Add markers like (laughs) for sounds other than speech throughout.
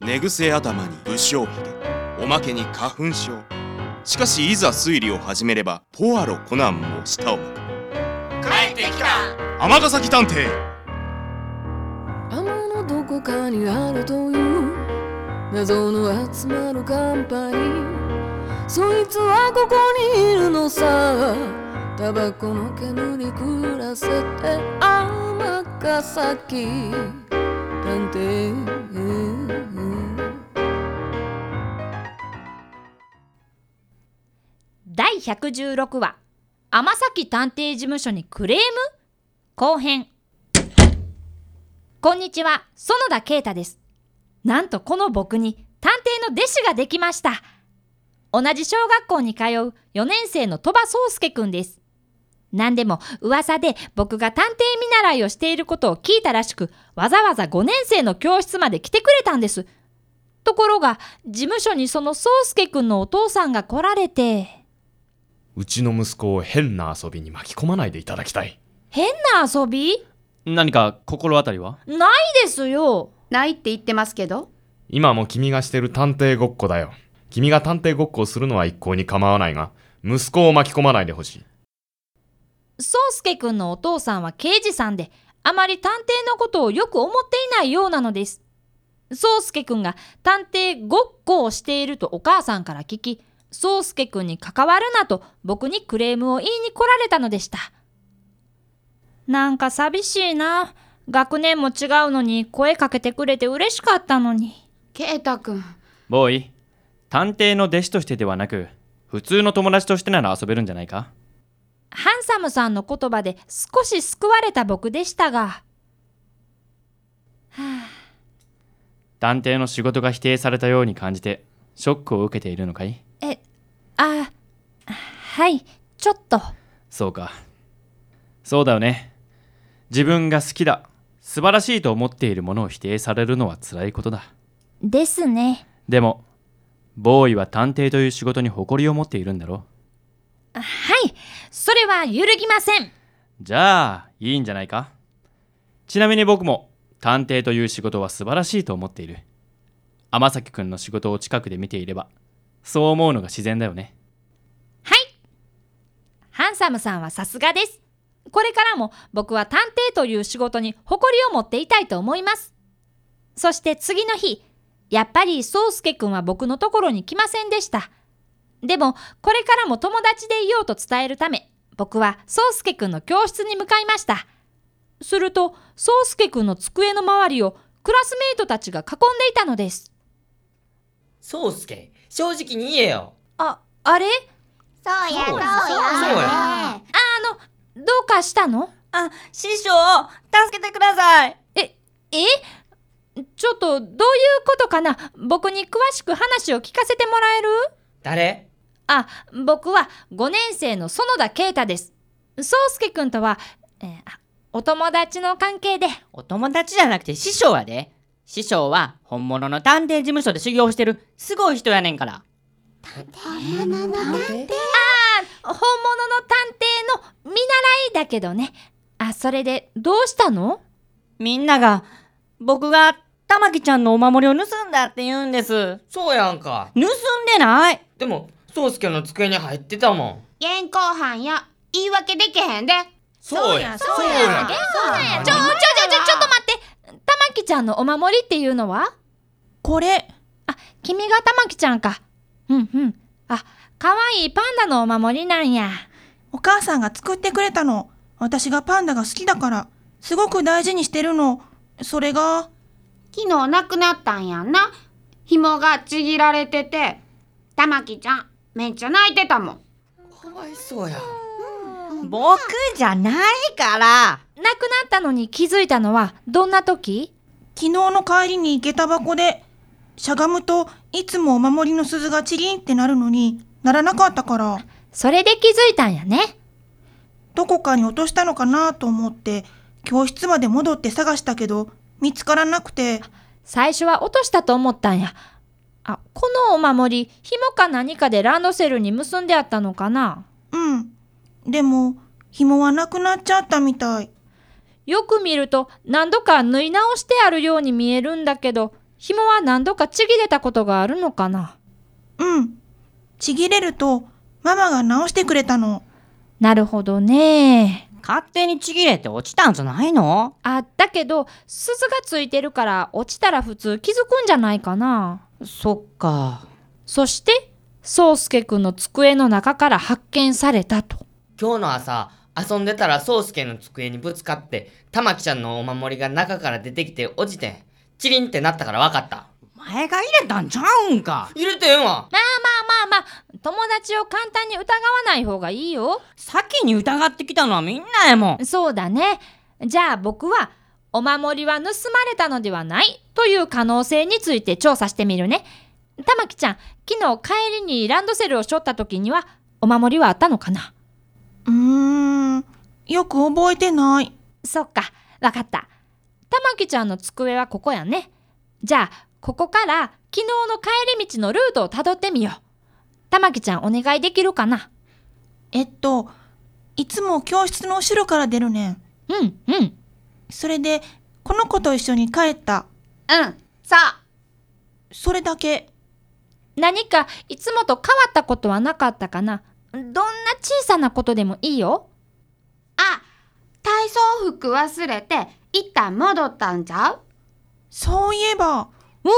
寝癖頭に不祥髭おまけに花粉症しかしいざ推理を始めればポアロコナンも舌を巻く帰ってきた尼崎探偵天のどこかにあるという謎の集まるカンパニーそいつはここにいるのさタバコの煙に暮らせて天ヶ崎探偵第116話天崎探偵事務所にクレーム後編こんにちは園田啓太ですなんとこの僕に探偵の弟子ができました同じ小学校に通う4年生の鳥羽宗介くんです何でも噂で僕が探偵見習いをしていることを聞いたらしくわざわざ5年生の教室まで来てくれたんですところが事務所にその宗介くんのお父さんが来られてうちの息子を変な遊びに巻き込まないでいただきたい変な遊び何か心当たりはないですよないって言ってますけど今も君がしてる探偵ごっこだよ君が探偵ごっこをするのは一向に構わないが息子を巻き込まないでほしい宗介くんのお父さんは刑事さんであまり探偵のことをよく思っていないようなのです宗介くんが探偵ごっこをしているとお母さんから聞き宗介くんに関わるなと僕にクレームを言いに来られたのでしたなんか寂しいな学年も違うのに声かけてくれて嬉しかったのに圭太君ボーイ探偵の弟子としてではなく普通の友達としてなら遊べるんじゃないかハンサムさんの言葉で少し救われた僕でしたが探偵の仕事が否定されたように感じてショックを受けているのかいあはいちょっとそうかそうだよね自分が好きだ素晴らしいと思っているものを否定されるのは辛いことだですねでもボーイは探偵という仕事に誇りを持っているんだろはいそれは揺るぎませんじゃあいいんじゃないかちなみに僕も探偵という仕事は素晴らしいと思っている天崎くんの仕事を近くで見ていればそう思うのが自然だよねはいハンサムさんはさすがですこれからも僕は探偵という仕事に誇りを持っていたいと思いますそして次の日やっぱり宗介くんは僕のところに来ませんでしたでもこれからも友達でいようと伝えるため僕は宗介くんの教室に向かいましたすると宗介くんの机の周りをクラスメイトたちが囲んでいたのですそうすけ、正直に言えよ。ああれそうやそうやそうそうややどうかしたのあ、師匠、助けてください。えちょっとどういうことかな僕に詳しく話を聞かせてもらえる誰あ僕は5年生の園田啓太です宗介くんとは、えーあお友達の関係でお友達じゃなくて師匠やで。師匠は本物の探偵事務所で修行してるすごい人やねんから。探偵本物の探偵の見習いだけどねあそれでどうしたのみんなが、僕が、玉木ちゃんのお守りを盗んだって言うんです。そうやんか。盗んでないでも、そうすけの机に入ってたもん。現行犯や言い訳できへんでそうや、そうやんちょちょちょちょちょっと待って玉木ちゃんのお守りっていうのはこれ、君が玉木ちゃんかうんうんあ可愛いパンダのお守りなんやお母さんが作ってくれたの。私がパンダが好きだから、すごく大事にしてるの。それが、昨日亡くなったんやんな紐がちぎられてて玉木ちゃんめっちゃ泣いてたもんかわいそうや。僕じゃないから。亡くなったのに気づいたのはどんな時昨日の帰りに下駄箱で、しゃがむといつもお守りの鈴がチリンってなるのにならなかったから、それで気づいたんやねどこかに落としたのかなと思って、教室まで戻って探したけど、見つからなくて、最初は落としたと思ったんやあこのお守り紐か何かでランドセルに結んであったのかなうん。でも、紐はなくなっちゃったみたい。よく見ると何度か縫い直してあるように見えるんだけど紐は何度かちぎれたことがあるのかなうん。ちぎれると、ママが直してくれたの。なるほどね。勝手にちぎれて落ちたんじゃないのあ、だけど、鈴がついてるから落ちたら普通気づくんじゃないかな。そっか。そして、宗介くんの机の中から発見されたと。今日の朝遊んでたら宗介の机にぶつかって玉木ちゃんのお守りが中から出てきて落ちてんチリンってなったから分かったお前が入れたんちゃうんか。入れてえんわまあまあまあ、友達を簡単に疑わない方がいいよ。先に疑ってきたのはみんなやもん。そうだね。じゃあ僕は、お守りは盗まれたのではないという可能性について調査してみるね。玉木ちゃん、昨日帰りにランドセルを背負った時には、お守りはあったのかなうーん。よく覚えてない。そっか、わかった。玉木ちゃんの机はここやね。じゃあ、ここから昨日の帰り道のルートをたどってみよう。玉木ちゃんお願いできるかなえっと、いつも教室の後ろから出るねん。うん、うん。それで、この子と一緒に帰った。うん、そう。それだけ。何かいつもと変わったことはなかったかなどんな小さなことでもいいよ。あ、体操服忘れて、一旦戻ったんちゃうそういえば、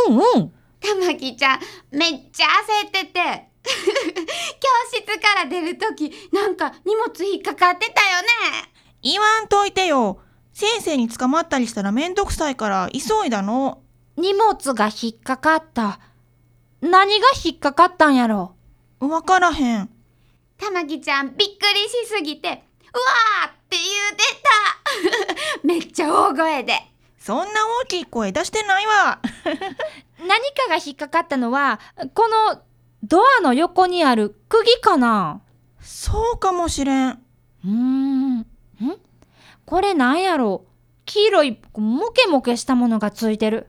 うんうん。玉木ちゃん、めっちゃ焦ってて。教室から出るとき、なんか荷物引っかかってたよね。言わんといてよ。先生に捕まったりしたらめんどくさいから急いだの。荷物が引っかかった。何が引っかかったんやろわからへん。玉木ちゃん、びっくりしすぎて、うわーって言うてた。 (laughs) めっちゃ大声で。そんな大きい声出してないわ。何かが引っかかったのは、このドアの横にある釘かなそうかもしれん。うーん。んこれなんやろう黄色い、もけもけしたものがついてる。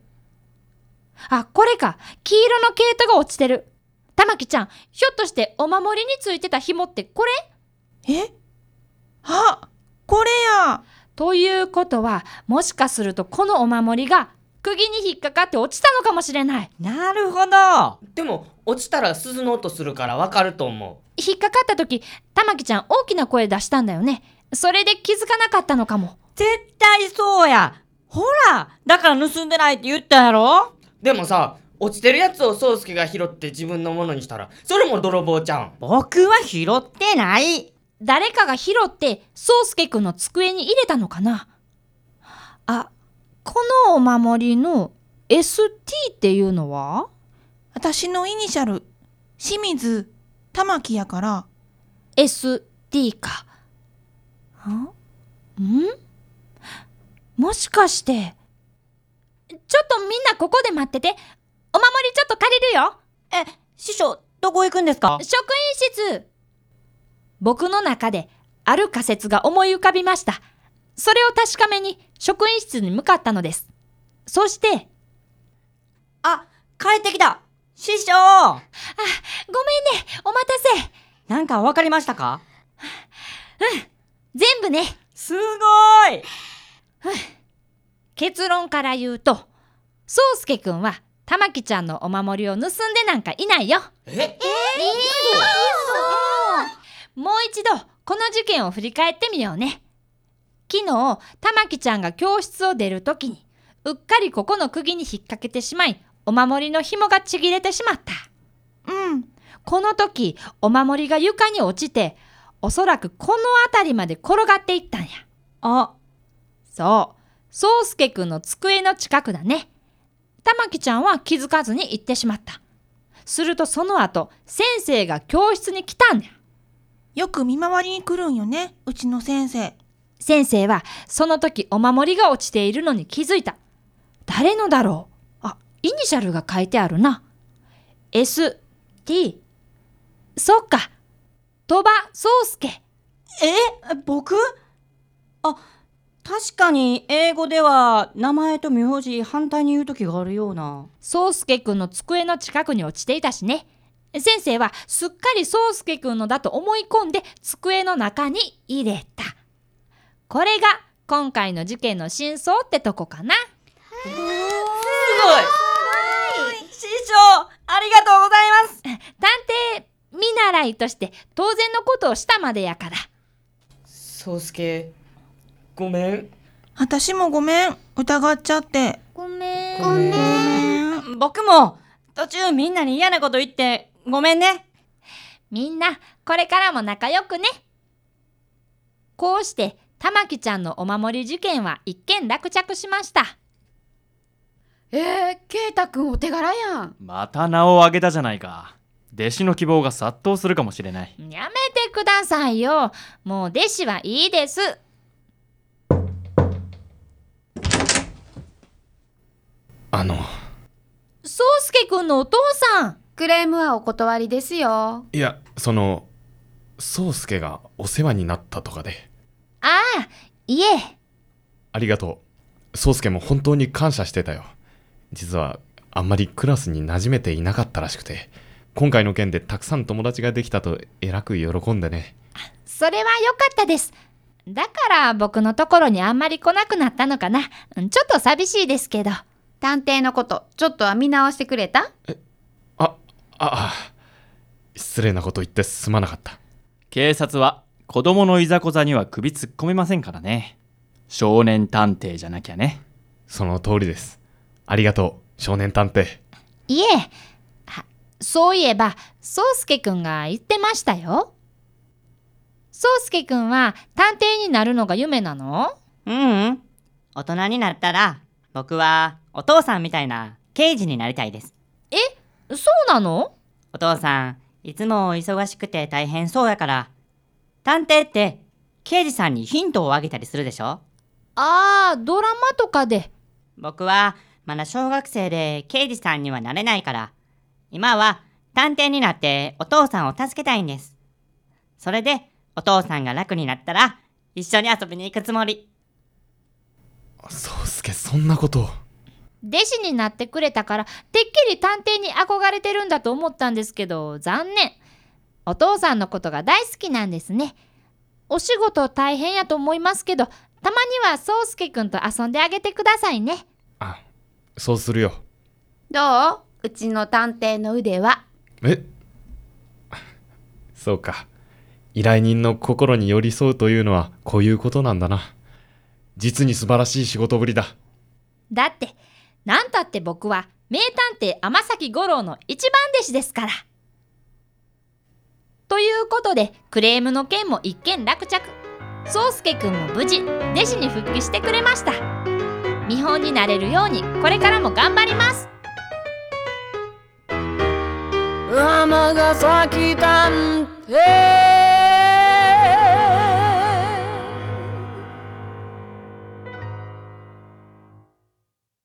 あ、これか。黄色の毛糸が落ちてる。玉木ちゃん、ひょっとしてお守りについてた紐ってこれえあ、これや。ということは、もしかするとこのお守りが釘に引っかかって落ちたのかもしれない。なるほど。でも落ちたら鈴の音するから分かると思引っかかった時、玉木ちゃん大きな声出したんだよね。それで気づかなかったのかも。絶対そうや。ほら、だから盗んでないって言ったやろうでもさ落ちてるやつを宗介が拾って自分のものにしたらそれも泥棒じゃうん僕は拾ってない。誰かが拾って、宗介くんの机に入れたのかなあ、このお守りの ST っていうのは私のイニシャル。清水、玉木やから。 ?SD か。んんもしかして。ちょっとみんなここで待ってて。お守りちょっと借りるよ。え、師匠、どこ行くんですか職員室僕の中である仮説が思い浮かびました。それを確かめに職員室に向かったのです。そして、ごめんね。あ、帰ってきた。師匠お待たせ。なんかわかりましたか全部ね。すごい結論から言うと、宗介くんは玉木ちゃんのお守りを盗んでなんかいないよ。えもう一度この事件を振り返ってみようね。昨日、玉木ちゃんが教室を出るときに、うっかりここの釘に引っ掛けてしまい、お守りの紐がちぎれてしまった。うん。この時、お守りが床に落ちて、おそらくこの辺りまで転がっていったんや。あ、そう、宗介くんの机の近くだね。玉木ちゃんは気づかずに行ってしまった。するとその後、先生が教室に来たんだ。よく見回りに来るんよね、うちの先生。先生はその時お守りが落ちているのに気づいた。誰のだろうあ、イニシャルが書いてあるな。S、T。そっか。鳥羽宗介。え、僕あ、確かに英語では名前と名字反対に言う時があるような。宗介くんの机の近くに落ちていたしね。先生はすっかり宗介くんのだと思い込んで机の中に入れた。これが今回の事件の真相ってとこかな。すごいらいとして当然のことをしたまでやから宗介ごめん私もごめん疑っちゃってごめんごめん僕も途中みんなに嫌なこと言ってごめんねみんなこれからも仲良くねこうして玉木ちゃんのお守り事件は一件落着しましたええー、ケイタくんお手柄やん。また名を挙げたじゃないか弟子の希望が殺到するかもしれないやめてくださいよもう弟子はいいですあの宗介くんのお父さんクレームはお断りですよ。いやその宗介がお世話になったとかでああいえありがとう宗介も本当に感謝してたよ実はあんまりクラスに馴染めていなかったらしくて今回の件でたくさん友達ができたとえらく喜んでねそれは良かったですだから僕のところにあんまり来なくなったのかなうんちょっと寂しいですけど探偵のこと、ちょっとは見直してくれたああ失礼なこと言ってすまなかった警察は子供のいざこざには首突っ込めませんからね少年探偵じゃなきゃねその通りですありがとう少年探偵いえあそういえば宗介くんが言ってましたよ宗介くんは探偵になるのが夢なのううん。大人になったら、僕はお父さんみたいな刑事になりたいです。え、そうなのお父さん、いつも忙しくて大変そうやから、探偵って刑事さんにヒントをあげたりするでしょああ、ドラマとかで。僕はまだ小学生で刑事さんにはなれないから、今は探偵になってお父さんを助けたいんです。それでお父さんが楽になったら、一緒に遊びに行くつもり。宗介そんなことを弟子になってくれたからてっきり探偵に憧れてるんだと思ったんですけど残念お父さんのことが大好きなんですねお仕事大変やと思いますけどたまには宗介くんと遊んであげてくださいねそうするよどううちの探偵の腕はえそうか依頼人の心に寄り添うというのはこういうことなんだな実に素晴らしい仕事ぶりだだってなんたって僕は名探偵天崎五郎の一番弟子ですからということでクレームの件も一件落着宗介くんも無事弟子に復帰してくれました見本になれるようにこれからも頑張ります天ヶ崎探偵